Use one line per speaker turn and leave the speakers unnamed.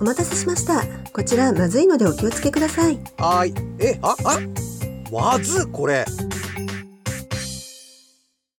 お待たせしました。こちら、まずいのでお気をつけください。
はい。え、あ、あ、まずこれ。